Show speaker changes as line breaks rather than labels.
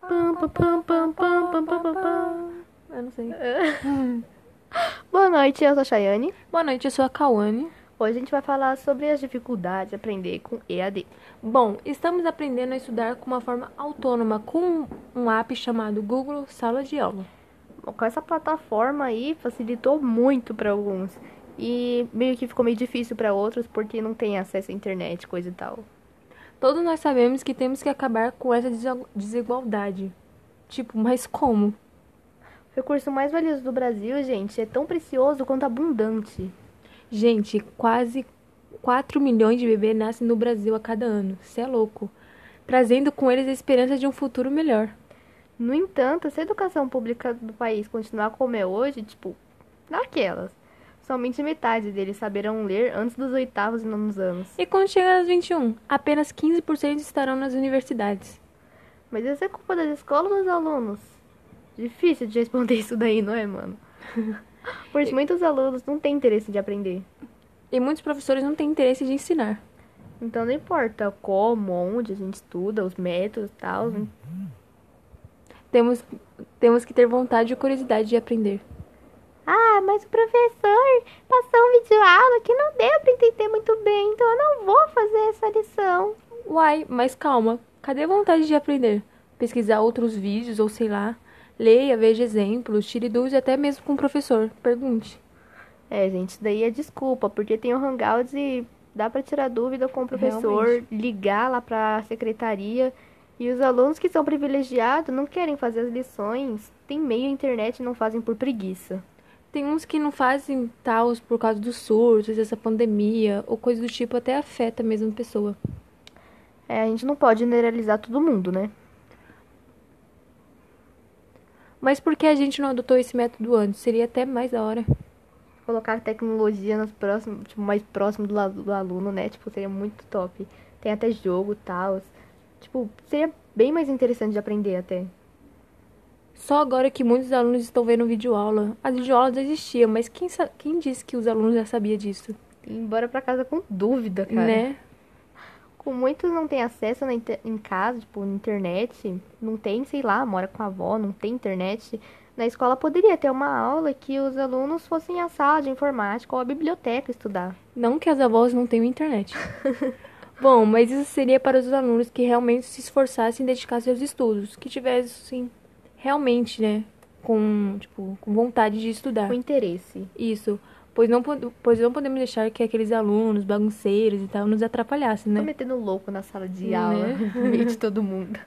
Pam, pam, pam, pam, pam, pam, pam, pam, pam. Eu não sei.
Boa noite, eu sou a Chayane.
Boa noite, eu sou a Kawane.
Hoje a gente vai falar sobre as dificuldades de aprender com EAD.
Bom, estamos aprendendo a estudar com uma forma autônoma com um app chamado Google Sala de Aula.
Bom, Com essa plataforma aí facilitou muito para alguns e meio que ficou meio difícil para outros porque não tem acesso à internet, coisa e tal.
Todos nós sabemos que temos que acabar com essa desa- desigualdade. Tipo, mas como?
O recurso mais valioso do Brasil, gente, é tão precioso quanto abundante.
Gente, quase 4 milhões de bebês nascem no Brasil a cada ano. Cê é louco. Trazendo com eles a esperança de um futuro melhor.
No entanto, se a educação pública do país continuar como é hoje, tipo, naquelas, somente metade deles saberão ler antes dos oitavos e nonos anos.
E quando chegar aos 21, apenas 15% estarão nas universidades.
Mas isso é culpa das escolas ou dos alunos? Difícil de responder isso daí, não é, mano? Porque muitos alunos não têm interesse de aprender.
E muitos professores não têm interesse de ensinar.
Então não importa como, onde a gente estuda, os métodos e tal.
Temos, temos que ter vontade e curiosidade de aprender.
Ah, mas o professor passou um vídeo aula que não deu pra entender muito bem, então eu não vou fazer essa lição.
Uai, mas calma, cadê a vontade de aprender? Pesquisar outros vídeos ou sei lá. Leia, veja exemplos, tire dúvidas até mesmo com o professor. Pergunte.
É, gente, isso daí é desculpa, porque tem o Hangouts e dá pra tirar dúvida com o professor, ligar lá pra secretaria. E os alunos que são privilegiados não querem fazer as lições, tem meio internet e não fazem por preguiça.
Tem uns que não fazem tals por causa dos surtos, dessa pandemia, ou coisa do tipo, até afeta mesmo a pessoa.
É, a gente não pode generalizar todo mundo, né?
Mas por que a gente não adotou esse método antes? Seria até mais da hora.
Colocar tecnologia nos próximos, tipo, mais próximo do, la- do aluno, né? Tipo, seria muito top. Tem até jogo e tal. Tipo, seria bem mais interessante de aprender até.
Só agora que muitos alunos estão vendo videoaula. As videoaulas já existiam, mas quem, sa- quem disse que os alunos já sabiam disso?
E ir embora pra casa com dúvida, cara.
Né?
Com muitos não tem acesso na inter- em casa, tipo, na internet, não tem, sei lá, mora com a avó, não tem internet. Na escola poderia ter uma aula que os alunos fossem à sala de informática ou à biblioteca estudar.
Não que as avós não tenham internet. Bom, mas isso seria para os alunos que realmente se esforçassem e dedicassem aos estudos, que tivessem assim, realmente, né, com, tipo, com vontade de estudar.
Com interesse.
Isso, pois não, pod- pois não podemos deixar que aqueles alunos bagunceiros e tal nos atrapalhassem,
Tô
né?
metendo louco na sala de
Né?
aula, no meio de todo mundo.